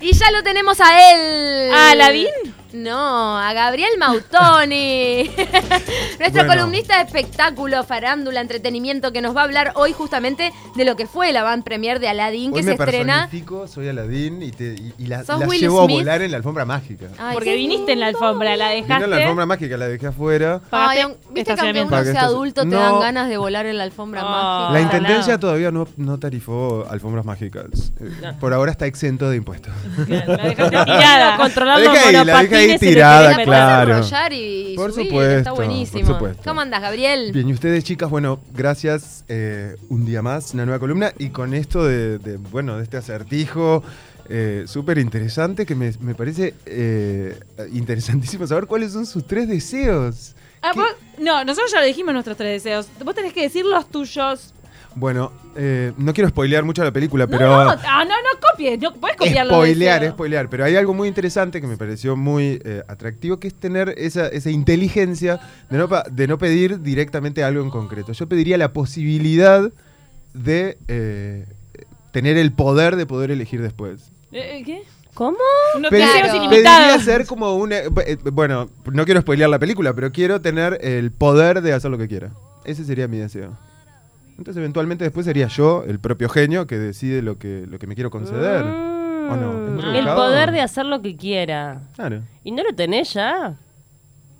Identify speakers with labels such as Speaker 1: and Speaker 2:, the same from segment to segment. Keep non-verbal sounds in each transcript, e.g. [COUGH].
Speaker 1: Y ya lo tenemos a él.
Speaker 2: ¿A Aladín?
Speaker 1: No, a Gabriel
Speaker 2: [LAUGHS]
Speaker 1: Mautoni. Nuestro
Speaker 3: Bueno.
Speaker 1: columnista de espectáculo, farándula, entretenimiento, que nos va a hablar hoy justamente de lo que fue la van premier de Aladdin,
Speaker 3: Hoy
Speaker 1: que
Speaker 3: me
Speaker 1: se estrena.
Speaker 3: personifico, soy Aladín y, te, y, y la,
Speaker 1: ¿Sos
Speaker 3: la
Speaker 1: Will
Speaker 3: llevo
Speaker 1: Smith? Ah,
Speaker 3: a volar en la alfombra mágica.
Speaker 1: Ay,
Speaker 2: Porque
Speaker 1: sí.
Speaker 2: viniste en la alfombra, la
Speaker 3: Vino
Speaker 2: dejaste.
Speaker 3: la alfombra mágica, la dejé afuera.
Speaker 1: Ay,
Speaker 2: pagaste
Speaker 1: aun- Viste que aunque
Speaker 2: estacionamiento.
Speaker 1: uno
Speaker 3: Para que
Speaker 1: sea
Speaker 3: esto-
Speaker 1: adulto, te
Speaker 3: No.
Speaker 1: dan ganas de volar en la alfombra
Speaker 2: Oh.
Speaker 1: mágica.
Speaker 3: la
Speaker 2: Ah,
Speaker 3: intendencia
Speaker 2: no.
Speaker 3: todavía no, no tarifó alfombras mágicas. Eh, Por ahora está exento de impuestos.
Speaker 2: La dejaste tirada, controlando
Speaker 3: La dejé ahí, la dejé ahí
Speaker 2: monopatines en el
Speaker 3: tirada,
Speaker 1: La
Speaker 2: perímetro.
Speaker 1: podés
Speaker 3: claro.
Speaker 1: enrollar y
Speaker 3: Por
Speaker 1: subir, está
Speaker 3: supuesto, por
Speaker 1: buenísimo.
Speaker 3: supuesto.
Speaker 1: ¿Cómo andas, Gabriel?
Speaker 3: Bien, y ustedes, chicas, bueno, gracias. eh, un día más, una nueva columna. Y con esto de, de, bueno, de este acertijo eh, súper interesante que me, me parece eh, interesantísimo saber cuáles son sus tres deseos.
Speaker 2: Ah,
Speaker 3: ¿Qué-
Speaker 2: vos- no, nosotros ya le dijimos nuestros tres deseos. Vos tenés que decir los tuyos.
Speaker 3: Bueno, eh, no quiero spoilear mucho la película,
Speaker 2: No,
Speaker 3: pero.
Speaker 2: no, ah, no, no copies. No puedes copiar los
Speaker 3: Spoilear,
Speaker 2: deseos.
Speaker 3: spoilear. Pero hay algo muy interesante que me pareció muy eh, atractivo, que es tener esa, esa inteligencia de no, pa- de no pedir directamente algo en concreto. Yo pediría la posibilidad de eh, tener el poder de poder elegir después.
Speaker 2: Eh, eh, ¿Qué?
Speaker 1: ¿Cómo?
Speaker 2: Unos
Speaker 3: Pedi-
Speaker 2: deseos
Speaker 1: Claro.
Speaker 3: Pediría
Speaker 2: ilimitados.
Speaker 3: ser como una... eh, Bueno, no quiero spoilear la película, pero quiero tener el poder de hacer lo que quiera. Ese sería mi deseo. Entonces, eventualmente después sería yo, el propio genio, que decide lo que, lo que me quiero conceder.
Speaker 4: Mm.
Speaker 3: ¿O no? ¿Es muy
Speaker 4: El
Speaker 3: rebuscado?
Speaker 4: poder de hacer lo que quiera.
Speaker 3: Claro.
Speaker 4: Y no lo tenés ya.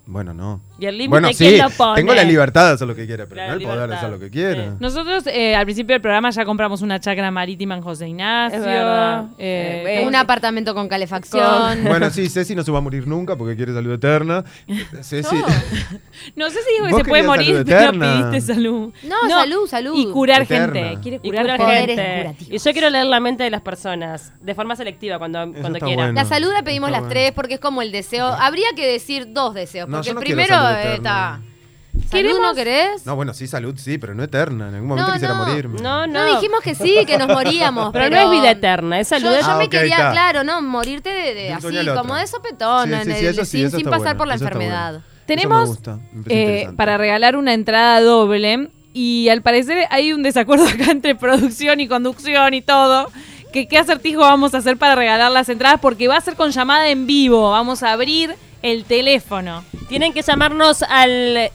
Speaker 3: Bueno, no.
Speaker 4: Y el límite
Speaker 3: Bueno,
Speaker 4: quién
Speaker 3: sí,
Speaker 4: lo pone.
Speaker 3: tengo la libertad de hacer lo que quiera, pero
Speaker 4: La
Speaker 3: no el poder de
Speaker 4: libertad.
Speaker 3: hacer lo que quiera.
Speaker 2: Nosotros eh, al principio del programa ya compramos una chacra marítima en José Ignacio.
Speaker 4: Es verdad.
Speaker 2: eh,
Speaker 4: Eh,
Speaker 1: Un
Speaker 2: una
Speaker 1: apartamento con calefacción.
Speaker 3: [LAUGHS] Bueno, sí, Ceci no se va a morir nunca porque quiere salud eterna. Ceci, [LAUGHS]
Speaker 2: No sé si dijo que
Speaker 3: Vos
Speaker 2: se puede
Speaker 3: querías
Speaker 2: morir, [LAUGHS]
Speaker 3: salud
Speaker 2: pero
Speaker 3: eterna.
Speaker 2: pidiste salud.
Speaker 1: No, salud, salud.
Speaker 2: Y curar
Speaker 3: Eterna.
Speaker 2: gente. Quiere
Speaker 4: Y
Speaker 2: curar,
Speaker 4: curar
Speaker 2: gente.
Speaker 1: poderes
Speaker 4: gente.
Speaker 1: curativos.
Speaker 4: Y yo quiero leer la mente de las personas. De forma selectiva, cuando,
Speaker 3: Eso
Speaker 4: cuando
Speaker 3: está
Speaker 4: quiera.
Speaker 3: bueno.
Speaker 1: La salud la pedimos
Speaker 3: Está
Speaker 1: las
Speaker 3: bueno.
Speaker 1: tres porque es como el deseo. Habría que decir dos deseos.
Speaker 3: No,
Speaker 1: Porque
Speaker 3: yo no
Speaker 1: el
Speaker 3: quiero
Speaker 1: primero
Speaker 3: salud
Speaker 1: eh, está.
Speaker 3: eterna.
Speaker 1: ¿Salud no querés?
Speaker 3: no, bueno, sí, salud, sí, pero no eterna. En algún momento
Speaker 1: No,
Speaker 3: quisiera
Speaker 1: no.
Speaker 3: morirme.
Speaker 4: No, no.
Speaker 1: No, dijimos que sí,
Speaker 3: [LAUGHS]
Speaker 1: que nos moríamos.
Speaker 4: Pero, no es vida eterna, es
Speaker 1: Yo,
Speaker 4: salud.
Speaker 1: yo
Speaker 3: Ah,
Speaker 1: me
Speaker 3: ok,
Speaker 1: quería,
Speaker 3: está.
Speaker 1: claro, no, morirte de, de
Speaker 3: De un
Speaker 1: así,
Speaker 3: sueño al otro.
Speaker 1: como de sopetón,
Speaker 3: Sí,
Speaker 1: en
Speaker 3: sí, sí,
Speaker 1: el-
Speaker 3: eso sí,
Speaker 1: sin,
Speaker 3: eso
Speaker 1: sin
Speaker 3: está
Speaker 1: pasar
Speaker 3: bueno,
Speaker 1: por la
Speaker 3: eso está
Speaker 1: enfermedad.
Speaker 3: bueno. Eso me
Speaker 2: Tenemos
Speaker 3: gusta, me parece
Speaker 2: eh,
Speaker 3: interesante.
Speaker 2: para regalar una entrada doble y al parecer hay un desacuerdo [LAUGHS] acá entre producción y conducción y todo. Que qué acertijo vamos a hacer para regalar las entradas porque va a ser con llamada en vivo. Vamos a abrir el teléfono.
Speaker 4: Tienen que llamarnos al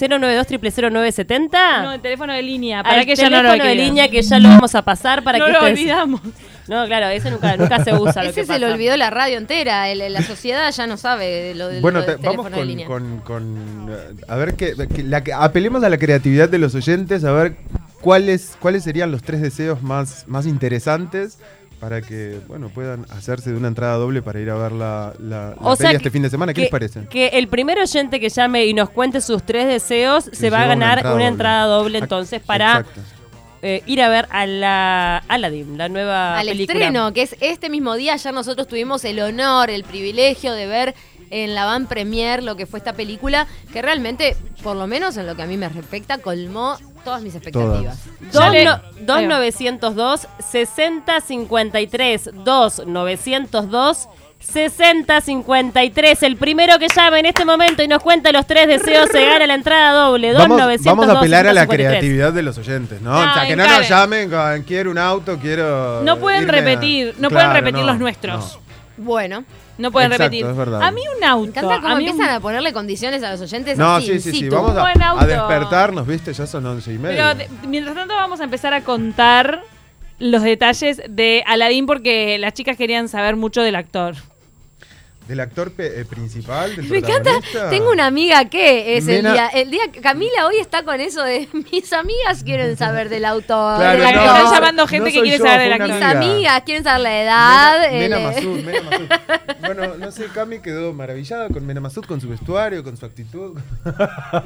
Speaker 4: 092
Speaker 2: No,
Speaker 4: 0970.
Speaker 2: el teléfono de línea. Para
Speaker 4: Para
Speaker 2: que
Speaker 4: que
Speaker 2: ya no lo
Speaker 4: Ah. teléfono de
Speaker 2: olviden.
Speaker 4: línea que ya lo vamos a pasar para
Speaker 2: no
Speaker 4: que
Speaker 2: lo
Speaker 4: ustedes-
Speaker 2: olvidamos.
Speaker 4: No, claro, eso nunca, nunca se usa.
Speaker 2: [LAUGHS]
Speaker 4: lo
Speaker 1: Ese
Speaker 4: que
Speaker 1: se le
Speaker 4: pasa.
Speaker 1: olvidó la radio entera, el- la sociedad ya no sabe lo del,
Speaker 3: Bueno,
Speaker 1: lo del
Speaker 3: te-
Speaker 1: teléfono
Speaker 3: vamos
Speaker 1: de
Speaker 3: con,
Speaker 1: línea.
Speaker 3: con- con, eh, a ver que, que la que- apelemos a la creatividad de los oyentes a ver cuáles cuáles serían los tres deseos más más interesantes para que bueno puedan hacerse de una entrada doble para ir a ver la, la, la
Speaker 4: O sea
Speaker 3: peli
Speaker 4: que-
Speaker 3: este fin de semana. ¿Qué les parece?
Speaker 4: Que el primer oyente que llame y nos cuente sus tres deseos se va a
Speaker 3: lleva
Speaker 4: ganar una entrada, doble,
Speaker 3: Ah,
Speaker 4: entonces para
Speaker 3: exacto.
Speaker 4: eh, ir a ver a la Aladdin, la nueva
Speaker 1: Al
Speaker 4: película.
Speaker 1: estreno, que es este mismo día, ya nosotros tuvimos el honor, el privilegio de ver en la van premier lo que fue esta película, que realmente, por lo menos en lo que a mí me respecta, colmó todas mis expectativas.
Speaker 2: Ya le-
Speaker 4: 2902 6053 2902 6053 el primero que llame en este momento y nos cuenta los tres deseos se gana la entrada doble
Speaker 3: Vamos,
Speaker 4: 2902
Speaker 3: vamos a apelar a la
Speaker 4: 6053.
Speaker 3: creatividad de los oyentes, ¿no?
Speaker 2: No,
Speaker 3: o sea, que no
Speaker 2: encare.
Speaker 3: nos llamen con quiero un auto, quiero.
Speaker 2: No pueden
Speaker 3: irme a-".
Speaker 2: repetir, no
Speaker 3: Claro,
Speaker 2: pueden repetir
Speaker 3: no,
Speaker 2: los nuestros.
Speaker 3: no.
Speaker 1: Bueno,
Speaker 2: No pueden
Speaker 3: Exacto,
Speaker 2: repetir.
Speaker 3: es verdad.
Speaker 2: A mí un
Speaker 1: me
Speaker 2: auto.
Speaker 1: encanta cómo
Speaker 2: a mí un-
Speaker 1: empiezan a ponerle condiciones a los oyentes.
Speaker 3: No,
Speaker 1: así,
Speaker 3: sí,
Speaker 1: in
Speaker 3: sí, sí.
Speaker 1: situ.
Speaker 3: Vamos a,
Speaker 2: Buen
Speaker 3: a
Speaker 2: auto.
Speaker 3: despertarnos, ¿viste? Ya son once y media.
Speaker 2: Pero de- mientras tanto vamos a empezar a contar los detalles de Aladdin porque las chicas querían saber mucho del actor.
Speaker 3: Del actor pe- eh, principal, del
Speaker 1: [LAUGHS] Me encanta.
Speaker 3: protagonista.
Speaker 1: Tengo una amiga que es
Speaker 3: Mena-
Speaker 1: el día. El día Camila hoy está con eso de [LAUGHS] mis amigas quieren saber del autor.
Speaker 3: Claro,
Speaker 1: del
Speaker 2: La que
Speaker 3: no,
Speaker 1: actor".
Speaker 2: está llamando
Speaker 3: no
Speaker 2: gente que
Speaker 3: soy
Speaker 2: quiere
Speaker 3: yo,
Speaker 2: saber
Speaker 3: fue
Speaker 2: del
Speaker 3: una
Speaker 2: actor.
Speaker 1: Mis
Speaker 3: Amiga.
Speaker 1: amigas quieren saber la edad. eh,
Speaker 3: Mena, Mena
Speaker 1: el-
Speaker 3: Masud, Mena Masud. Bueno, no sé, Cami quedó maravillada con Mena Masud, con su vestuario, con su actitud.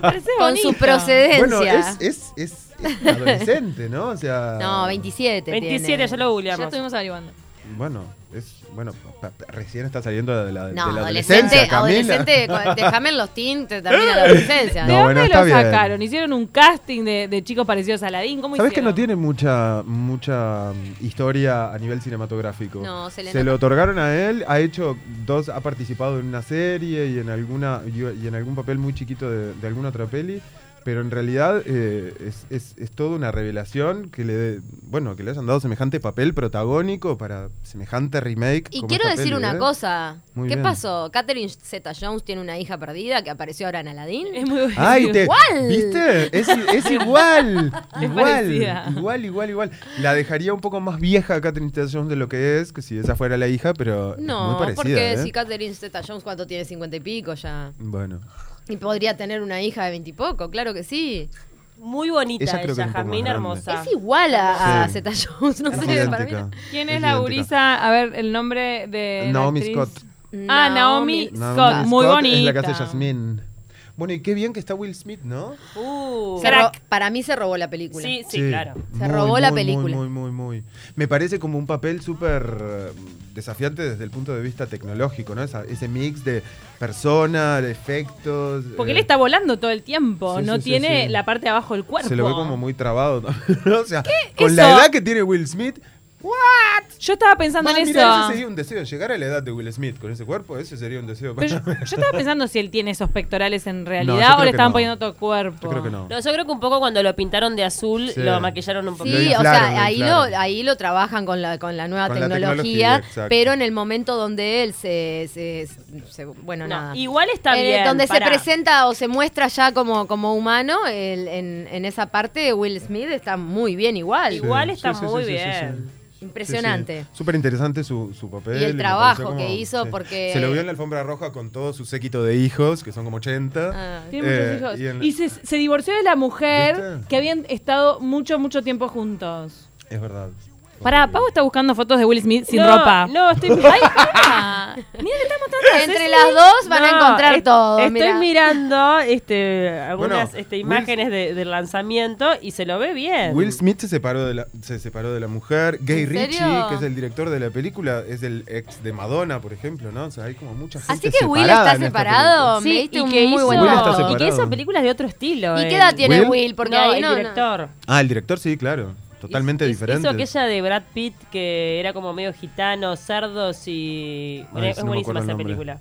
Speaker 2: Parece
Speaker 1: con su
Speaker 2: bonito.
Speaker 1: procedencia.
Speaker 3: Bueno, es, es, es, es adolescente, ¿no? O sea.
Speaker 1: No, 27.
Speaker 4: 27
Speaker 1: tiene.
Speaker 4: ya lo
Speaker 2: Ya
Speaker 4: googleamos
Speaker 2: estuvimos averiguando.
Speaker 3: Bueno, es, bueno pa- pa- recién está saliendo de la, de
Speaker 1: No,
Speaker 3: la
Speaker 1: adolescente,
Speaker 3: adolescencia, Camila. [LAUGHS]
Speaker 1: adolescente, cu- déjame en los teens, te termina la adolescencia.
Speaker 2: ¿De
Speaker 3: No, bueno,
Speaker 2: dónde
Speaker 3: está
Speaker 2: lo
Speaker 3: bien.
Speaker 2: sacaron? ¿Hicieron un casting de, de chicos parecidos a Aladdin? ¿Cómo
Speaker 3: Sabes que
Speaker 2: hicieron?
Speaker 3: no tiene mucha mucha mm, historia a nivel cinematográfico.
Speaker 1: No, se le
Speaker 3: lo
Speaker 1: nota.
Speaker 3: otorgaron a él, ha hecho dos, ha participado en una serie y en alguna y, y en algún papel muy chiquito de, de alguna otra peli. Pero en realidad eh, es, es, es toda una revelación que le dé- bueno que le hayan dado semejante papel protagónico para semejante remake.
Speaker 1: Y
Speaker 3: como
Speaker 1: quiero
Speaker 3: esta
Speaker 1: decir
Speaker 3: peli,
Speaker 1: una
Speaker 3: ¿eh?
Speaker 1: cosa.
Speaker 3: Muy
Speaker 1: ¿Qué
Speaker 3: bien.
Speaker 1: pasó? Catherine Zeta-Jones tiene una hija perdida que apareció ahora en Aladdin.
Speaker 2: Es muy bueno.
Speaker 3: Ay, te,
Speaker 1: igual.
Speaker 3: ¿Viste? Es, i-
Speaker 1: [LAUGHS]
Speaker 3: es igual.
Speaker 2: Es
Speaker 3: igual.
Speaker 2: parecida.
Speaker 3: Igual, igual, igual. La dejaría un poco más vieja a Catherine Zeta-Jones de lo que es, que si esa fuera la hija, pero es muy
Speaker 1: No,
Speaker 3: parecida.
Speaker 1: porque
Speaker 3: ¿eh?
Speaker 1: si Catherine Zeta-Jones, ¿cuánto tiene? Cincuenta y pico ya.
Speaker 3: Bueno.
Speaker 1: Y podría tener una hija de veintipoco, claro que sí.
Speaker 4: Muy bonita
Speaker 3: Ella
Speaker 4: ella,
Speaker 3: creo que era un poco
Speaker 4: Jasmine
Speaker 3: más grande.
Speaker 4: hermosa.
Speaker 1: Es igual a,
Speaker 3: Sí.
Speaker 1: Zeta-Jones, no
Speaker 3: es
Speaker 1: sé. Para mí
Speaker 3: idéntica.
Speaker 2: ¿Quién
Speaker 3: Es
Speaker 2: es la
Speaker 3: idéntica.
Speaker 2: gurisa? A ver, el nombre de. la
Speaker 3: Naomi
Speaker 2: actriz.
Speaker 3: Scott.
Speaker 1: no.
Speaker 2: Ah, Naomi,
Speaker 3: Naomi
Speaker 2: Scott, muy
Speaker 3: Scott
Speaker 2: bonita.
Speaker 3: Es la que hace Jasmine. Bueno, y qué bien que está Will Smith, ¿no?
Speaker 4: Uh,
Speaker 1: Se ro-
Speaker 4: crack.
Speaker 1: para mí se robó la película.
Speaker 4: Sí, sí, claro.
Speaker 1: Se robó la película.
Speaker 3: Muy, muy, muy, muy. Me parece como un papel súper eh, desafiante desde el punto de vista tecnológico, ¿no? Esa- ese mix de persona, de efectos.
Speaker 2: Porque
Speaker 3: eh,
Speaker 2: él está volando todo el tiempo,
Speaker 3: Sí,
Speaker 2: no
Speaker 3: sí, sí,
Speaker 2: tiene
Speaker 3: sí.
Speaker 2: la parte de abajo del cuerpo.
Speaker 3: Se lo ve como muy trabado. ¿no? [LAUGHS] o sea, con la
Speaker 2: ¿Eso?
Speaker 3: edad que tiene Will Smith.
Speaker 2: Yo estaba pensando
Speaker 3: bueno,
Speaker 2: en
Speaker 3: mira,
Speaker 2: eso.
Speaker 3: ese sería un deseo. Llegar a la edad de Will Smith con ese cuerpo, ese sería un deseo.
Speaker 2: Pero yo,
Speaker 3: para-
Speaker 2: yo estaba pensando si él tiene esos pectorales en
Speaker 3: yo
Speaker 2: realidad
Speaker 3: creo
Speaker 2: o le
Speaker 3: que
Speaker 2: estaban
Speaker 3: [LAUGHS] no.
Speaker 2: poniendo todo cuerpo.
Speaker 3: [LAUGHS] Yo creo que no.
Speaker 4: No, yo creo que un poco cuando lo pintaron de azul,
Speaker 3: Sí.
Speaker 4: lo maquillaron un poco.
Speaker 3: Lo
Speaker 1: Sí, o
Speaker 3: inflaron, lo
Speaker 1: sea, ahí lo,
Speaker 3: inflaron.
Speaker 1: ahí lo trabajan con la, con la nueva
Speaker 3: Con la
Speaker 1: tecnología,
Speaker 3: tecnología, exacto.
Speaker 1: pero en el momento donde él se... se- se- bueno,
Speaker 4: No,
Speaker 1: nada.
Speaker 4: Igual está
Speaker 1: En el-
Speaker 4: bien.
Speaker 1: donde
Speaker 4: pará.
Speaker 1: se presenta o se muestra ya como, como humano, el- en, en esa parte Will Smith está muy bien igual.
Speaker 4: Igual. está muy bien.
Speaker 1: Impresionante.
Speaker 3: Súper interesante su, su papel.
Speaker 1: Y el
Speaker 3: me
Speaker 1: trabajo
Speaker 3: pareció
Speaker 1: que hizo, porque-
Speaker 3: Se lo vio en la alfombra roja con todo su séquito de hijos, que son como 80.
Speaker 1: Ah.
Speaker 2: Tiene
Speaker 3: Eh,
Speaker 2: muchos hijos.
Speaker 3: y en-
Speaker 2: Y, se, se divorció de la mujer
Speaker 3: ¿Viste?
Speaker 2: que habían estado mucho, mucho tiempo juntos.
Speaker 3: Es verdad.
Speaker 2: Pará, Pau está buscando fotos de Will Smith sin
Speaker 4: No,
Speaker 2: ropa.
Speaker 4: No, [LAUGHS] estoy.
Speaker 2: ¡Ay, pará! Mira, le está mostrando a
Speaker 1: Entre
Speaker 2: Ceci.
Speaker 1: las dos van a
Speaker 4: No,
Speaker 1: encontrar
Speaker 4: es-
Speaker 1: todo.
Speaker 4: Estoy
Speaker 1: mirá.
Speaker 4: mirando este, algunas
Speaker 3: Bueno,
Speaker 4: este,
Speaker 3: Will-
Speaker 4: imágenes de- del lanzamiento y se lo ve bien.
Speaker 3: Will Smith se separó de la, se separó de la mujer. Gay
Speaker 1: ¿En
Speaker 3: Ritchie,
Speaker 1: serio?
Speaker 3: que es el director de la película, es el ex de Madonna, por ejemplo, ¿no? O sea, hay como mucha gente
Speaker 1: Así que Will
Speaker 3: separada
Speaker 1: está
Speaker 3: en esta
Speaker 1: separado.
Speaker 4: Sí,
Speaker 1: Me diste
Speaker 4: y
Speaker 1: un
Speaker 4: que
Speaker 1: muy
Speaker 4: hizo-
Speaker 1: buen
Speaker 3: Will está
Speaker 1: dato.
Speaker 3: separado.
Speaker 4: y que hizo películas de otro estilo.
Speaker 1: ¿Y qué
Speaker 4: él.
Speaker 1: edad tiene
Speaker 3: Will?
Speaker 1: Will? Porque
Speaker 4: No,
Speaker 1: ahí
Speaker 4: el
Speaker 1: no- no.
Speaker 4: director.
Speaker 3: película. Ah, el director, sí, claro. Totalmente
Speaker 4: Hizo-
Speaker 3: diferente.
Speaker 4: Hizo aquella de Brad Pitt que era como medio gitano, cerdos y. eh,
Speaker 3: Ay,
Speaker 4: es
Speaker 3: sí, no me
Speaker 4: buenísima
Speaker 3: acuerdo el
Speaker 4: esa
Speaker 3: nombre.
Speaker 4: película.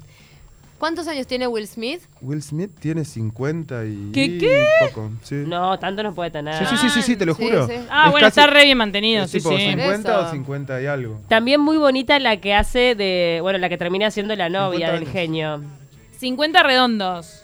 Speaker 1: ¿Cuántos años tiene Will Smith?
Speaker 3: Will Smith tiene 50 y
Speaker 2: ¿Qué, qué?
Speaker 3: poco. Sí.
Speaker 4: No, tanto no puede tener.
Speaker 3: Sí, sí, sí, sí, sí, te lo
Speaker 1: Sí,
Speaker 3: juro.
Speaker 1: sí.
Speaker 2: Ah,
Speaker 3: Es
Speaker 2: bueno,
Speaker 3: casi-
Speaker 2: está re bien mantenido,
Speaker 3: es
Speaker 2: sí,
Speaker 3: tipo
Speaker 2: sí.
Speaker 3: 50
Speaker 1: Eso.
Speaker 3: o 50 y algo.
Speaker 4: También muy bonita la que hace de. Bueno, la que termina siendo la novia
Speaker 3: 50
Speaker 4: del
Speaker 3: años.
Speaker 4: genio.
Speaker 2: 50 redondos.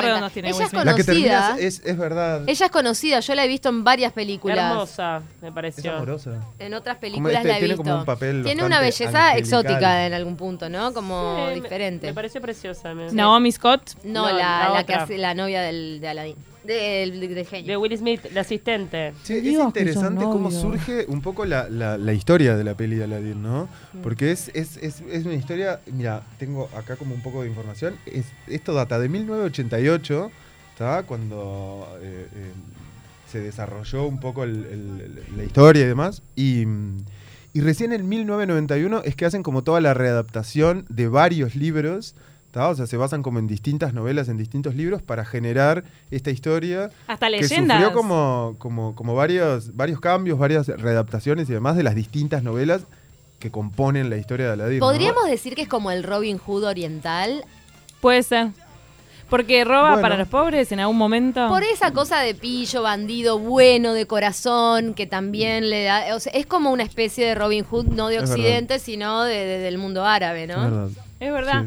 Speaker 1: 50.
Speaker 2: redondos tiene
Speaker 1: Ella
Speaker 2: Will
Speaker 1: es
Speaker 2: Smith.
Speaker 3: La que termina
Speaker 1: Conocida.
Speaker 3: es, es verdad.
Speaker 1: Ella es conocida, yo la he visto en varias películas.
Speaker 4: Hermosa, me
Speaker 3: Es
Speaker 4: pareció.
Speaker 3: amorosa.
Speaker 1: En otras
Speaker 3: Como
Speaker 1: películas
Speaker 3: este,
Speaker 1: la he
Speaker 3: tiene
Speaker 1: visto.
Speaker 3: como un papel
Speaker 1: tiene una
Speaker 3: bastante
Speaker 1: belleza
Speaker 3: angelical.
Speaker 1: exótica en algún punto, ¿no? Como
Speaker 4: Sí, me-
Speaker 1: diferente.
Speaker 4: Me, pareció preciosa. me-
Speaker 2: Naomi Scott.
Speaker 1: no,
Speaker 4: No,
Speaker 1: la,
Speaker 4: la
Speaker 1: la
Speaker 4: otra.
Speaker 1: que hace la novia del, de Aladdin. Del del- del
Speaker 4: De
Speaker 1: genio.
Speaker 4: Will Smith, la asistente.
Speaker 3: Sí, es
Speaker 2: Dios, que son
Speaker 3: interesante cómo
Speaker 2: novios.
Speaker 3: surge un poco la, la- la historia de la peli de Aladdin, ¿no? Porque es, es, es- es una historia, mira, tengo acá como un poco de información. Es- esto data de 1988, ¿está? Cuando eh, eh, se desarrolló un poco el- el- el- la historia y demás. Y, mm, y recién en 1991 es que hacen como toda la readaptación de varios libros. ¿tá? O sea, se basan como en distintas novelas, en distintos libros, para generar esta historia
Speaker 2: Hasta
Speaker 3: que
Speaker 2: leyendas.
Speaker 3: sufrió como, como, como varios, varios cambios, varias readaptaciones y demás de las distintas novelas que componen la historia de Aladdin. ¿no?
Speaker 1: Podríamos decir que es como el Robin Hood oriental.
Speaker 2: Puede ser. Porque roba
Speaker 3: Bueno.
Speaker 2: para los pobres en algún
Speaker 4: Ah.
Speaker 2: momento.
Speaker 1: Por esa cosa de pillo, bandido, bueno, de corazón, que también le da. O sea, es como una especie de Robin Hood, no de
Speaker 3: Es verdad.
Speaker 1: Occidente, sino de- de- del mundo árabe,
Speaker 3: Es
Speaker 1: ¿no?
Speaker 3: verdad.
Speaker 2: Es verdad.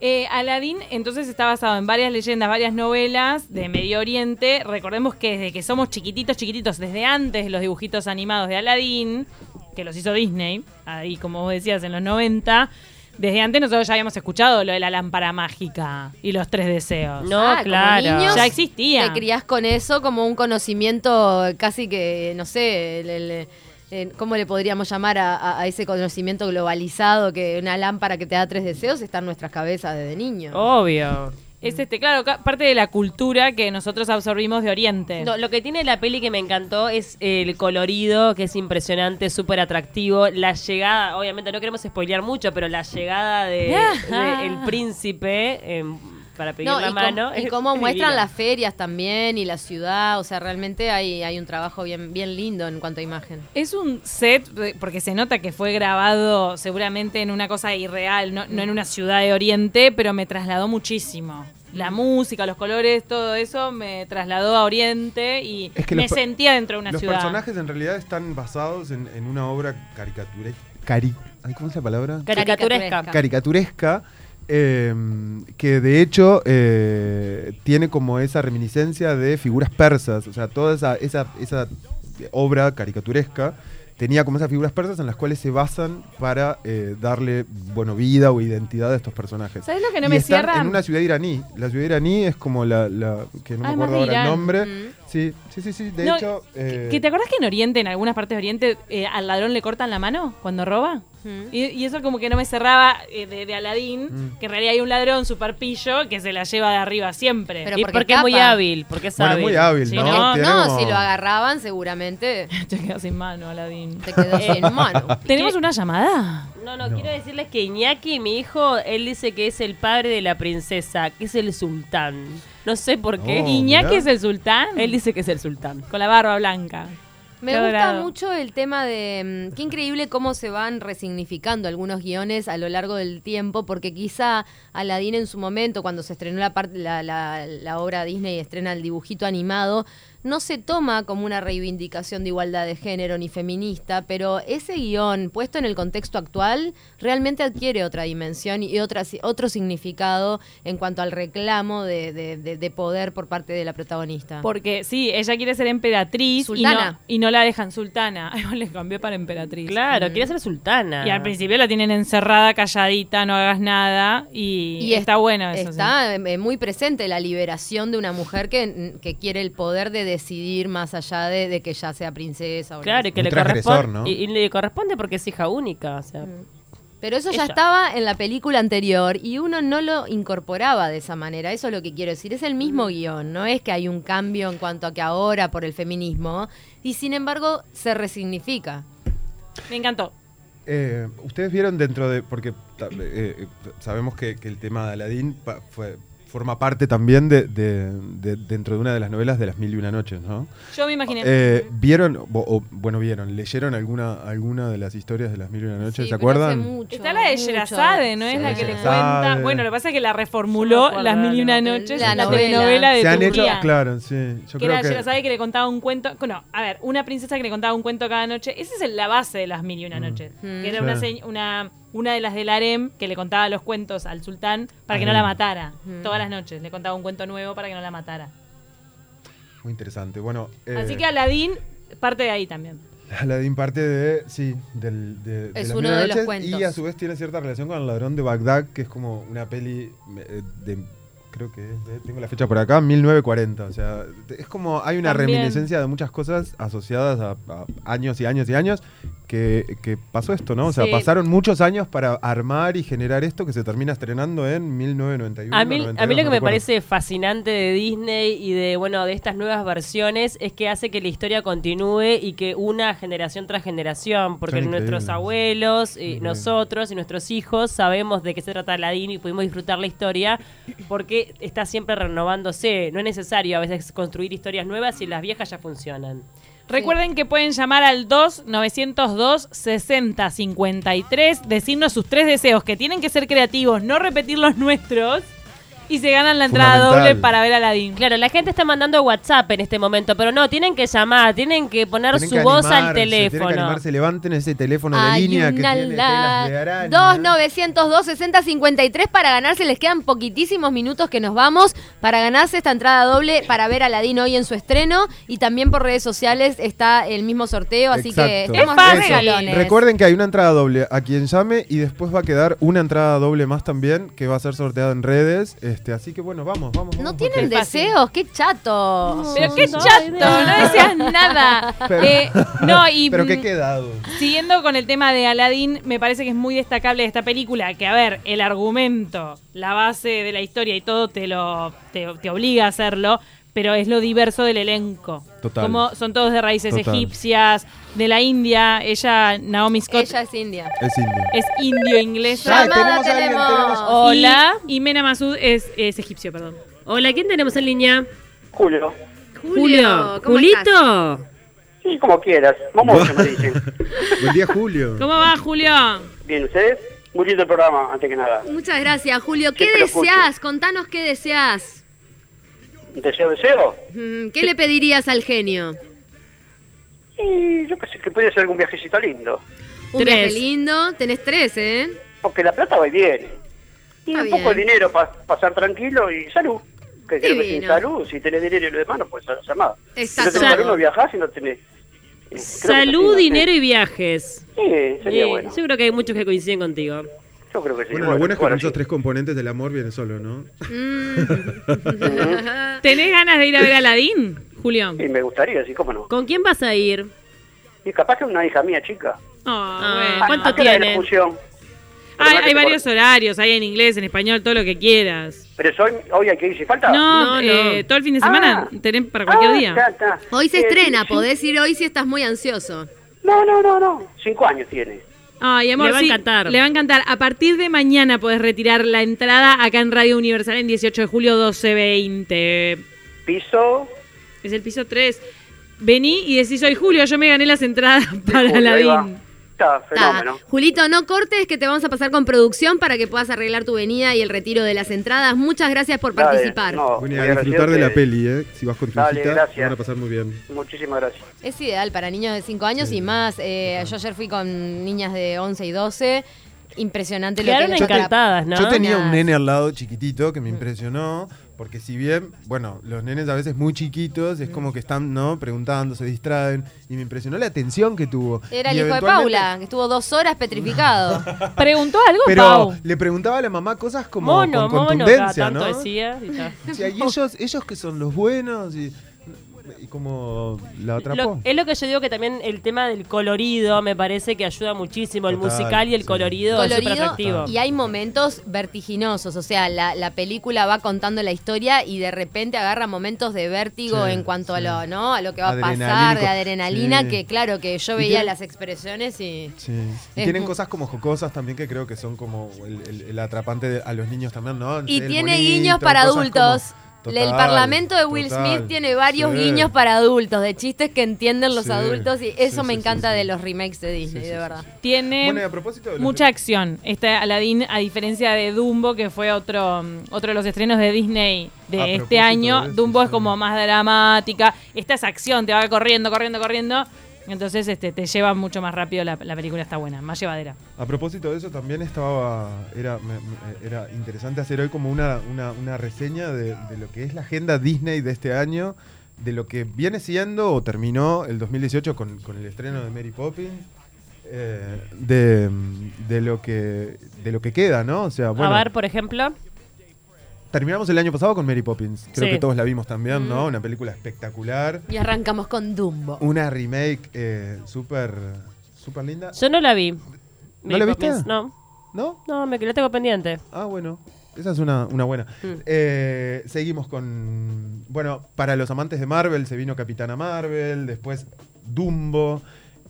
Speaker 2: Eh, Aladdin entonces está basado en varias leyendas, varias novelas de Medio Oriente. Recordemos que desde que somos chiquititos, chiquititos, desde antes de los dibujitos animados de Aladdin, que los hizo Disney, ahí como vos decías, en los 90, desde antes nosotros ya habíamos escuchado lo de la lámpara mágica y los tres deseos.
Speaker 4: No,
Speaker 1: Ah,
Speaker 4: claro.
Speaker 1: Como niños,
Speaker 2: Ya existía.
Speaker 1: Te criás con eso como un conocimiento casi que, no sé, el- el- el- ¿cómo le podríamos llamar a, a- a ese conocimiento globalizado que una lámpara que te da tres deseos está en nuestras cabezas desde niño?
Speaker 4: Oh, Obvio.
Speaker 2: Es este, claro, ca- parte de la cultura que nosotros absorbimos de Oriente.
Speaker 4: No, lo que tiene la peli que me encantó es el colorido, que es impresionante, súper atractivo. La llegada, obviamente no queremos spoilear mucho, pero la llegada de,
Speaker 2: Ajá.
Speaker 4: de el príncipe em, para pedir
Speaker 1: No,
Speaker 4: la
Speaker 1: y, com-
Speaker 4: mano.
Speaker 1: y
Speaker 4: es
Speaker 1: cómo muestran
Speaker 4: divina.
Speaker 1: las ferias también y la ciudad, o sea, realmente hay, hay un trabajo bien, bien lindo en cuanto a imagen.
Speaker 2: Es un set, de- porque se nota que fue grabado seguramente en una cosa irreal, no, no en una ciudad de Oriente, pero me trasladó muchísimo. la música, los colores, todo eso me trasladó a Oriente y
Speaker 3: Es que
Speaker 2: me
Speaker 3: los per-
Speaker 2: sentía dentro de una
Speaker 3: Los
Speaker 2: ciudad.
Speaker 3: personajes en realidad están basados en, en una obra caricatura, cari, ay, ¿cómo es la palabra?
Speaker 4: Caricaturesca.
Speaker 1: Caricaturesca.
Speaker 3: caricaturesca, eh, que de hecho eh, tiene como esa reminiscencia de figuras persas, o sea, toda esa, esa, esa obra caricaturesca tenía como esas figuras persas en las cuales se basan para eh, darle, bueno, vida o identidad a estos personajes.
Speaker 2: ¿Sabes lo que no
Speaker 3: Y
Speaker 2: me
Speaker 3: están
Speaker 2: cierra?
Speaker 3: En una ciudad iraní. La ciudad iraní es como la, la- que no
Speaker 2: Ah,
Speaker 3: me
Speaker 2: más
Speaker 3: acuerdo
Speaker 2: de
Speaker 3: ahora
Speaker 2: Irán.
Speaker 3: el nombre.
Speaker 1: Mm.
Speaker 3: Sí, sí, sí, sí. De
Speaker 2: No,
Speaker 3: hecho, eh,
Speaker 2: ¿Que te acuerdas que en Oriente, en algunas partes de Oriente, eh, al ladrón le cortan la mano cuando roba?
Speaker 1: Mm.
Speaker 2: Y, y eso como que no me cerraba eh, de, de Aladín,
Speaker 3: Mm.
Speaker 2: que en realidad hay un ladrón super pillo que se la lleva de arriba siempre.
Speaker 1: Pero
Speaker 4: Y
Speaker 1: porque
Speaker 4: porque, es muy
Speaker 1: tapa.
Speaker 2: [LAUGHS]
Speaker 4: hábil, porque es
Speaker 3: Bueno, es
Speaker 4: hábil.
Speaker 3: muy hábil,
Speaker 2: Sí,
Speaker 3: ¿no?
Speaker 2: no,
Speaker 3: Tiene
Speaker 1: No,
Speaker 3: como-
Speaker 1: si lo agarraban seguramente
Speaker 2: Te quedas sin mano, Aladín.
Speaker 1: te
Speaker 4: [LAUGHS]
Speaker 1: quedó sin mano.
Speaker 2: ¿Tenemos una llamada?
Speaker 4: No, no, quiero decirles que Iñaki, mi hijo, él dice que es el padre de la princesa, que es el sultán. No sé por qué.
Speaker 3: Oh,
Speaker 2: ¿Iñaki
Speaker 3: mirá.
Speaker 2: es el sultán?
Speaker 4: Él dice que es el sultán.
Speaker 2: Con la barba blanca.
Speaker 1: Me
Speaker 2: Qué
Speaker 1: gusta
Speaker 2: dorado.
Speaker 1: mucho el tema de mm, qué increíble cómo se van resignificando algunos guiones a lo largo del tiempo, porque quizá Aladdin en su momento, cuando se estrenó la, parte- la, la- la obra Disney estrena el dibujito animado, no se toma como una reivindicación de igualdad de género ni feminista, pero ese guión puesto en el contexto actual realmente adquiere otra dimensión y otra, otro significado en cuanto al reclamo de, de- de- de poder por parte de la protagonista.
Speaker 2: Porque sí, ella quiere ser emperatriz y
Speaker 1: Sultana.
Speaker 2: no, y no la dejan sultana. [LAUGHS] Ay, le cambió para emperatriz.
Speaker 4: Claro, quiere ser sultana.
Speaker 2: Y al principio la tienen encerrada, calladita, no hagas nada. Y,
Speaker 1: Y es-
Speaker 2: está bueno Ah, eso. sí.
Speaker 1: Está eh, muy presente la liberación de una mujer que, mm, que quiere el poder de decidir más allá de, de que ya sea princesa. o lo
Speaker 4: Claro,
Speaker 1: que
Speaker 4: y que
Speaker 3: Un
Speaker 4: le
Speaker 3: transgresor,
Speaker 4: corresponde.
Speaker 3: ¿no?
Speaker 4: Y, y le corresponde porque es hija única. O sea,
Speaker 1: sea. Pero eso ya
Speaker 4: ella.
Speaker 1: estaba en la película anterior y uno no lo incorporaba de esa manera. Eso es lo que quiero decir. Es el mismo guión, no es que hay un cambio en cuanto a que ahora por el feminismo. Y sin embargo, se resignifica.
Speaker 2: Me encantó.
Speaker 3: Eh, Ustedes vieron dentro de. Porque ta- eh, eh, sabemos que, que el tema de Aladdin pa- fue- forma parte también de, de- de- dentro de una de las novelas de las Mil y Una Noches, ¿no?
Speaker 2: Yo me imaginé.
Speaker 3: Eh, ¿Vieron, o- o, bueno, vieron, leyeron alguna, alguna de las historias de las Mil y Una Noches?
Speaker 1: Sí,
Speaker 3: ¿Se
Speaker 1: pero hace
Speaker 3: acuerdan?
Speaker 1: mucho,
Speaker 2: Está la de
Speaker 1: mucho.
Speaker 2: Sherazade, ¿no?
Speaker 1: Sí.
Speaker 2: Es la que le
Speaker 3: Sherazade.
Speaker 2: cuenta. Bueno, lo que pasa es que la
Speaker 4: Yo me
Speaker 2: reformuló
Speaker 4: acuerdo,
Speaker 2: Las Mil y Una
Speaker 4: no.
Speaker 2: Noches,
Speaker 1: La
Speaker 2: la,
Speaker 1: novela.
Speaker 2: telenovela de
Speaker 3: Se han hecho.
Speaker 2: Turría.
Speaker 3: Claro, sí.
Speaker 2: que
Speaker 3: Yo creo
Speaker 2: era
Speaker 3: que.
Speaker 2: Sherazade que le contaba un cuento. No, a ver, una princesa que le contaba un cuento cada noche. Esa es el- la base de las mil y una noches.
Speaker 1: Mm.
Speaker 2: Que era una,
Speaker 3: Claro.
Speaker 2: se- una, una de las del harem que le contaba los cuentos al sultán para que no
Speaker 3: Harem.
Speaker 2: la matara.
Speaker 1: Mm.
Speaker 2: Todas las noches le contaba un cuento nuevo para que no la matara.
Speaker 3: Muy interesante. Bueno. eh,
Speaker 2: Así que Aladín parte de ahí también.
Speaker 3: [LAUGHS] Aladdin parte de. Sí, del, de, de
Speaker 1: Es
Speaker 3: las
Speaker 1: uno
Speaker 3: Mil y Una
Speaker 1: de los
Speaker 3: Noches,
Speaker 1: cuentos.
Speaker 3: Y a su vez tiene cierta relación con El Ladrón de Bagdad, que es como una peli eh, de. Creo que es de- tengo la fecha por acá, 1940. O sea, te- es como hay una
Speaker 2: También.
Speaker 3: reminiscencia de muchas cosas asociadas a, a años y años y años que, que pasó esto, ¿no? O sea,
Speaker 2: Sí.
Speaker 3: pasaron muchos años para armar y generar esto que se termina estrenando en 1991.
Speaker 4: A mí, a
Speaker 3: 92,
Speaker 4: mí lo que
Speaker 3: no
Speaker 4: me
Speaker 3: recuerdo.
Speaker 4: parece fascinante de Disney y de bueno de estas nuevas versiones es que hace que la historia continúe y que una generación tras generación, porque
Speaker 3: Son
Speaker 4: nuestros
Speaker 3: increíbles.
Speaker 4: abuelos y
Speaker 3: Increíble.
Speaker 4: nosotros y nuestros hijos sabemos de qué se trata Aladdin y pudimos disfrutar la historia porque está siempre renovándose. No es necesario a veces construir historias nuevas si las viejas ya funcionan.
Speaker 2: Recuerden que pueden llamar al 2-902-6053, decirnos sus tres deseos, que tienen que ser creativos, no repetir los nuestros, y se ganan la entrada
Speaker 3: Fundamental.
Speaker 2: doble para ver a Aladín.
Speaker 4: Claro, la gente está mandando WhatsApp en este momento, pero no, tienen que llamar, tienen que poner
Speaker 3: Tienen
Speaker 4: su
Speaker 3: que
Speaker 4: voz al
Speaker 3: animarse, tienen que
Speaker 4: teléfono.
Speaker 3: animarse, levanten ese teléfono de
Speaker 1: Hay
Speaker 3: línea que
Speaker 1: una
Speaker 3: tiene
Speaker 1: la-
Speaker 3: telas de araña.
Speaker 1: 2902 6053 para ganarse. Les quedan poquitísimos minutos que nos vamos para ganarse esta entrada doble para ver a Aladín hoy en su estreno. Y también por redes sociales está el mismo sorteo. Así que
Speaker 3: Exacto.
Speaker 1: estamos
Speaker 2: Es fácil.
Speaker 1: re regalones.
Speaker 3: Recuerden que hay una entrada doble a quien llame y después va a quedar una entrada doble más también que va a ser sorteada en redes. Este, así que bueno, vamos, vamos.
Speaker 1: No
Speaker 3: vamos,
Speaker 1: tienen
Speaker 3: porque-
Speaker 2: fácil.
Speaker 1: deseos, qué chato.
Speaker 2: Pero qué
Speaker 4: No,
Speaker 2: chato,
Speaker 4: idea.
Speaker 2: no deseas
Speaker 3: [LAUGHS]
Speaker 2: nada.
Speaker 3: Pero-
Speaker 2: Eh,
Speaker 3: [LAUGHS]
Speaker 2: no, y
Speaker 3: Pero
Speaker 2: mm,
Speaker 3: qué quedado.
Speaker 2: siguiendo con el tema de Aladdin, me parece que es muy destacable de esta película, que a ver, el argumento, la base de la historia y todo te lo te, te obliga a hacerlo, pero es lo diverso del elenco.
Speaker 3: Total.
Speaker 2: Como son todos de raíces
Speaker 3: Total.
Speaker 2: egipcias, de la India, ella Naomi Scott
Speaker 1: Ella es india.
Speaker 3: Es indio.
Speaker 2: es indio inglesa.
Speaker 3: Ah,
Speaker 1: Llamada
Speaker 3: tenemos a alguien,
Speaker 1: tenemos.
Speaker 3: tenemos-
Speaker 1: Oh,
Speaker 4: Hola.
Speaker 2: Y, y Mena Masud es, es egipcio, perdón.
Speaker 4: Hola, ¿quién tenemos en línea?
Speaker 5: Julio.
Speaker 4: Julio,
Speaker 1: ¿cómo
Speaker 4: Julito.
Speaker 5: Sí, como quieras. Momocho me dicen.
Speaker 3: Buen día, Julio.
Speaker 2: ¿Cómo va, Julio?
Speaker 5: Bien, ¿ustedes? Muy lindo el programa, antes que nada.
Speaker 1: Muchas gracias, Julio. ¿Qué
Speaker 5: Siempre lo escucho.
Speaker 1: deseas? Contanos qué deseas.
Speaker 5: ¿Deseo, deseo?
Speaker 1: Mm, ¿Qué le pedirías al genio?
Speaker 5: Y yo pensé que podía ser algún viajecito lindo.
Speaker 1: Un
Speaker 2: Tres.
Speaker 1: viaje lindo. Tenés tres, ¿eh?
Speaker 5: Porque la plata va y viene. Y
Speaker 1: Está
Speaker 5: un
Speaker 1: bien.
Speaker 5: poco de dinero para pasar tranquilo y salud. Que creo que sin
Speaker 1: Divino.
Speaker 5: salud, si tenés dinero y lo demás, no puedes hacer nada.
Speaker 1: Está
Speaker 5: Si no
Speaker 1: todo.
Speaker 5: tenés salud, no viajás y no tenés. eh,
Speaker 4: Salud, dinero y viajes.
Speaker 5: Sí, sería
Speaker 4: Eh,
Speaker 5: bueno.
Speaker 4: Yo creo que hay muchos que coinciden contigo.
Speaker 5: Yo creo que sí.
Speaker 3: Bueno, lo bueno es que con
Speaker 5: bueno,
Speaker 3: esos
Speaker 5: sí.
Speaker 3: tres componentes del amor viene solo, ¿no?
Speaker 1: Mm. [LAUGHS]
Speaker 2: ¿Tenés ganas de ir a ver a Aladín, Julio?
Speaker 5: Sí, me gustaría, sí, cómo no.
Speaker 4: ¿Con quién vas a ir?
Speaker 5: Y capaz que una hija mía, chica.
Speaker 2: Ah,
Speaker 4: Ah,
Speaker 2: bueno.
Speaker 5: ¿A qué hora es la
Speaker 4: tiene?
Speaker 5: función?
Speaker 2: Hay,
Speaker 5: Perdona
Speaker 2: hay
Speaker 5: que te
Speaker 2: varios
Speaker 5: corte.
Speaker 2: horarios, hay en inglés, en español, todo lo que quieras.
Speaker 5: Pero es hoy, hoy hay que ir si falta.
Speaker 2: No,
Speaker 4: No, no.
Speaker 2: eh, todo el fin de semana,
Speaker 5: Ah.
Speaker 2: tenés para cualquier
Speaker 5: Ah, está,
Speaker 2: día.
Speaker 5: está.
Speaker 1: Hoy se
Speaker 5: Eh,
Speaker 1: estrena,
Speaker 5: sí, sí.
Speaker 1: podés ir hoy si estás muy ansioso.
Speaker 5: No, no, no, no. Cinco años tiene.
Speaker 2: Ay, amor,
Speaker 4: Le va a
Speaker 2: sí,
Speaker 4: encantar.
Speaker 2: Le va a encantar. A partir de mañana podés retirar la entrada acá en Radio Universal en 18 de julio 1220.
Speaker 5: Piso.
Speaker 2: Es el piso 3. Vení y decís, soy Julio, yo me gané las entradas para
Speaker 5: Julio, ahí va.
Speaker 2: Aladín.
Speaker 5: Está,
Speaker 1: Ta.
Speaker 5: fenómeno.
Speaker 1: Julito, no cortes que te vamos a pasar con producción para que puedas arreglar tu venida y el retiro de las entradas. Muchas gracias por
Speaker 5: Dale,
Speaker 1: participar.
Speaker 5: no,
Speaker 3: Bueno, y a
Speaker 5: Oh, muy agradecido
Speaker 3: disfrutar de la
Speaker 5: ustedes.
Speaker 3: peli, ¿eh? Si vas con tu
Speaker 5: Dale,
Speaker 3: hijita,
Speaker 5: gracias.
Speaker 3: la van a pasar muy bien.
Speaker 5: Muchísimas gracias.
Speaker 1: Es ideal para niños de 5 años y más. Eh, yo ayer fui con niñas de 11 y 12. Impresionante lo
Speaker 4: Quedaron
Speaker 1: que les-
Speaker 4: encantadas, ¿no?
Speaker 3: Yo tenía un
Speaker 1: Nada.
Speaker 3: nene al lado chiquitito que me impresionó, porque si bien, bueno, los nenes a veces muy chiquitos, es como que están, ¿no? Preguntando, se distraen, y me impresionó la atención que tuvo.
Speaker 1: Era
Speaker 3: Y
Speaker 1: el hijo de
Speaker 3: eventualmente-
Speaker 1: Paula, que estuvo dos horas
Speaker 3: [LAUGHS]
Speaker 1: petrificado.
Speaker 2: ¿Preguntó algo,
Speaker 3: Pero
Speaker 2: Pau?
Speaker 3: le preguntaba a la mamá cosas como
Speaker 4: mono,
Speaker 3: con
Speaker 4: mono, cada
Speaker 3: contundencia,
Speaker 4: tanto
Speaker 3: ¿no?
Speaker 4: decía. y tal.
Speaker 3: O sea, y ellos, ellos que son los buenos, y, y como la
Speaker 4: Lo-
Speaker 3: atrapó.
Speaker 4: es lo que yo digo que también el tema del colorido me parece que ayuda muchísimo. El
Speaker 3: Total,
Speaker 4: musical y el
Speaker 3: sí.
Speaker 4: colorido, es súper atractivo.
Speaker 1: colorido y hay momentos vertiginosos, o sea, la, la película va contando la historia y de repente agarra momentos de vértigo
Speaker 3: Sí,
Speaker 1: en cuanto
Speaker 3: sí.
Speaker 1: a lo, ¿no? A lo que va a pasar,
Speaker 3: Adrenalínico.
Speaker 1: de adrenalina,
Speaker 3: Sí.
Speaker 1: que claro que yo
Speaker 3: Y
Speaker 1: veía
Speaker 3: tiene-
Speaker 1: las expresiones y
Speaker 3: Sí. Y
Speaker 1: Es
Speaker 3: tienen
Speaker 1: mu-
Speaker 3: cosas como jocosas también que creo que son como el, el- el atrapante de- a los niños también, ¿no?
Speaker 1: y
Speaker 3: El
Speaker 1: tiene
Speaker 3: monito,
Speaker 1: guiños para
Speaker 3: cosas
Speaker 1: adultos.
Speaker 3: como-
Speaker 1: el
Speaker 3: Total,
Speaker 1: Parlamento de Will
Speaker 3: total.
Speaker 1: Smith tiene varios
Speaker 3: Sí.
Speaker 1: guiños para adultos, de chistes que entienden los
Speaker 3: Sí,
Speaker 1: adultos y eso
Speaker 3: sí,
Speaker 1: me
Speaker 3: sí,
Speaker 1: encanta
Speaker 3: sí, sí.
Speaker 1: de los remakes de Disney,
Speaker 3: Sí, sí,
Speaker 1: de
Speaker 3: sí,
Speaker 1: verdad.
Speaker 2: Tiene
Speaker 3: Bueno, y a propósito de los-
Speaker 2: mucha acción. Este Aladdin, a diferencia de Dumbo, que fue otro, mm, otro de los estrenos de Disney
Speaker 3: A
Speaker 2: de este
Speaker 3: propósito
Speaker 2: año,
Speaker 3: de eso,
Speaker 2: Dumbo es
Speaker 3: sí.
Speaker 2: como más dramática. Esta es acción, te va corriendo, corriendo, corriendo. Entonces este, te lleva mucho más rápido, la, la película está buena, más llevadera.
Speaker 3: A propósito de eso, también estaba. Era, me- me- era interesante hacer hoy como una, una, una reseña de, de lo que es la agenda Disney de este año, de lo que viene siendo o terminó el 2018 con, con el estreno de Mary Poppins. eh, de, de lo que de lo que queda, ¿no? O sea, bueno,
Speaker 4: a ver, por ejemplo.
Speaker 3: terminamos el año pasado con Mary Poppins. Creo
Speaker 4: Sí. Mm.
Speaker 3: que todos la vimos también, ¿no? Una película espectacular,
Speaker 1: Y arrancamos con Dumbo.
Speaker 3: una remake eh, súper súper linda,
Speaker 4: Yo no la vi. Mary
Speaker 3: la viste?
Speaker 4: Poppins, No,
Speaker 3: ¿no?
Speaker 4: no, me la tengo pendiente.
Speaker 3: Ah, bueno. Esa es una, una buena.
Speaker 2: Mm.
Speaker 3: Eh, seguimos con. Bueno, para los amantes de Marvel se vino Capitana Marvel, después Dumbo.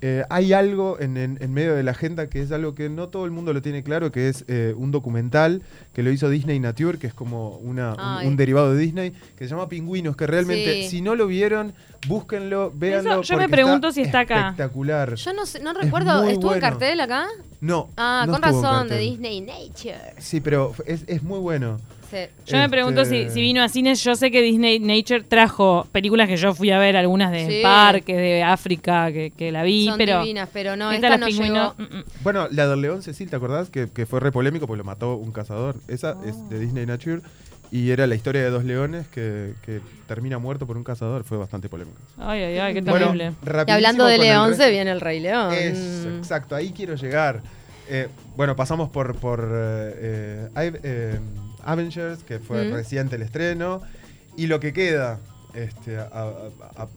Speaker 3: Eh, hay algo en, en- en medio de la agenda que es algo que no todo el mundo lo tiene claro, que es eh, un documental que lo hizo Disney Nature, que es como una, un-
Speaker 1: Ay.
Speaker 3: un, derivado de Disney, que se llama Pingüinos, que realmente,
Speaker 1: Sí.
Speaker 3: si no lo vieron, búsquenlo, véanlo.
Speaker 2: Eso yo me
Speaker 3: porque
Speaker 2: pregunto si está acá.
Speaker 3: Espectacular.
Speaker 1: Yo no sé, no
Speaker 3: Es
Speaker 1: recuerdo,
Speaker 3: muy
Speaker 1: ¿estuvo en
Speaker 3: bueno.
Speaker 1: cartel acá?
Speaker 3: No.
Speaker 1: Ah,
Speaker 3: no
Speaker 1: con
Speaker 3: estuvo en
Speaker 1: razón, de
Speaker 3: cartel.
Speaker 1: Disney Nature.
Speaker 3: Sí, pero es, es muy bueno.
Speaker 1: Se-
Speaker 2: Yo me pregunto si,
Speaker 3: Este-
Speaker 2: si vino a cines, yo sé que Disney Nature trajo películas que yo fui a ver, algunas de
Speaker 1: Sí.
Speaker 2: parques, de África, que, que la vi,
Speaker 1: son
Speaker 2: pero...
Speaker 1: divinas, pero no,
Speaker 2: esta
Speaker 1: esta
Speaker 2: Los
Speaker 1: no
Speaker 2: Pingüinos,
Speaker 1: llegó.
Speaker 2: mm, mm.
Speaker 3: Bueno, la de León Cecil, ¿te acordás? Que, que fue re polémico porque lo mató un cazador. Esa
Speaker 1: Ah.
Speaker 3: es de Disney Nature y era la historia de dos leones que, que termina muerto por un cazador. Fue bastante polémico.
Speaker 2: Ay, ay, ay, qué
Speaker 3: Bueno,
Speaker 2: terrible.
Speaker 1: Y
Speaker 3: rapidísimo
Speaker 1: hablando de
Speaker 3: con el
Speaker 1: León,
Speaker 3: resto.
Speaker 1: se viene el Rey León.
Speaker 3: Eso, exacto, ahí quiero llegar. Eh, bueno, pasamos por, por eh, eh, Ave- eh, Avengers, que fue
Speaker 1: Mm.
Speaker 3: reciente el estreno, y lo que queda este, a- a- a-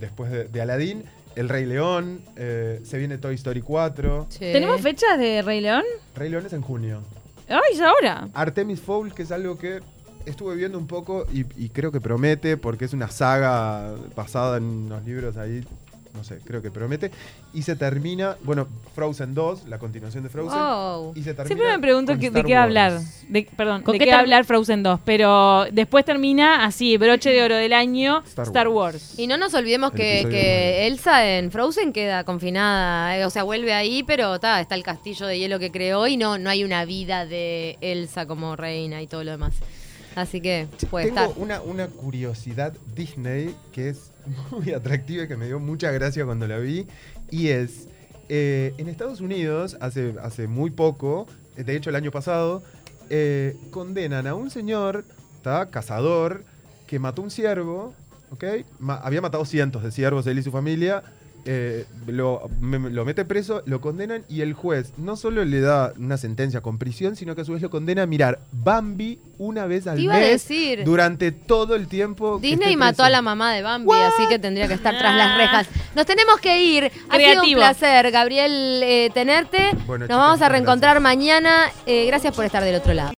Speaker 3: después de, de Aladdin, El Rey León, eh, se viene Toy Story 4.
Speaker 1: Sí.
Speaker 2: ¿Tenemos fechas de Rey León?
Speaker 3: Rey León es en junio.
Speaker 2: Ay, ya ahora.
Speaker 3: Artemis Fowl, que es algo que estuve viendo un poco y, y creo que promete, porque es una saga basada en unos libros ahí no sé, creo que promete. Y se termina, bueno, Frozen 2, la continuación de Frozen.
Speaker 1: Wow.
Speaker 3: Y se termina
Speaker 2: Oh. Siempre me pregunto
Speaker 3: con
Speaker 2: que- de
Speaker 3: Star
Speaker 2: qué va a
Speaker 3: Wars.
Speaker 2: hablar. De, perdón,
Speaker 4: ¿Con
Speaker 2: de
Speaker 4: qué
Speaker 2: qué, va a hablar Frozen 2. Pero después termina así, broche de oro del año,
Speaker 3: Star
Speaker 2: Star,
Speaker 3: Wars.
Speaker 2: Wars.
Speaker 1: Y no nos olvidemos
Speaker 3: El
Speaker 1: que,
Speaker 3: episodio
Speaker 1: que
Speaker 3: nueve.
Speaker 1: Elsa en Frozen queda confinada, eh, o sea, vuelve ahí, pero ta, está el castillo de hielo que creó y no, no hay una vida de Elsa como reina y todo lo demás. Así que puede
Speaker 3: Tengo
Speaker 1: estar.
Speaker 3: Una, una curiosidad Disney que es [LAUGHS] muy atractiva y que me dio mucha gracia cuando la vi. Y es, eh, en Estados Unidos, hace, hace muy poco, eh, de hecho el año pasado, eh, condenan a un señor, ¿tá? cazador, que mató un ciervo, ¿ok? Ma- había matado cientos de ciervos, él y su familia. eh, lo, me- me- lo mete preso, lo condenan y el juez no solo le da una sentencia con prisión, sino que a su vez lo condena a mirar Bambi una vez al
Speaker 1: Te iba a
Speaker 3: mes
Speaker 1: decir,
Speaker 3: durante todo el tiempo. que
Speaker 1: Disney
Speaker 3: esté
Speaker 1: mató
Speaker 3: preso.
Speaker 1: a la mamá de Bambi, así que tendría que estar tras las
Speaker 2: Ah.
Speaker 1: rejas. Nos tenemos que ir. Ha sido un
Speaker 2: Creativo.
Speaker 1: placer, Gabriel, eh, tenerte. Nos
Speaker 3: Bueno, chicas,
Speaker 1: vamos a
Speaker 3: muchas
Speaker 1: reencontrar mañana. Eh, gracias por estar del otro lado.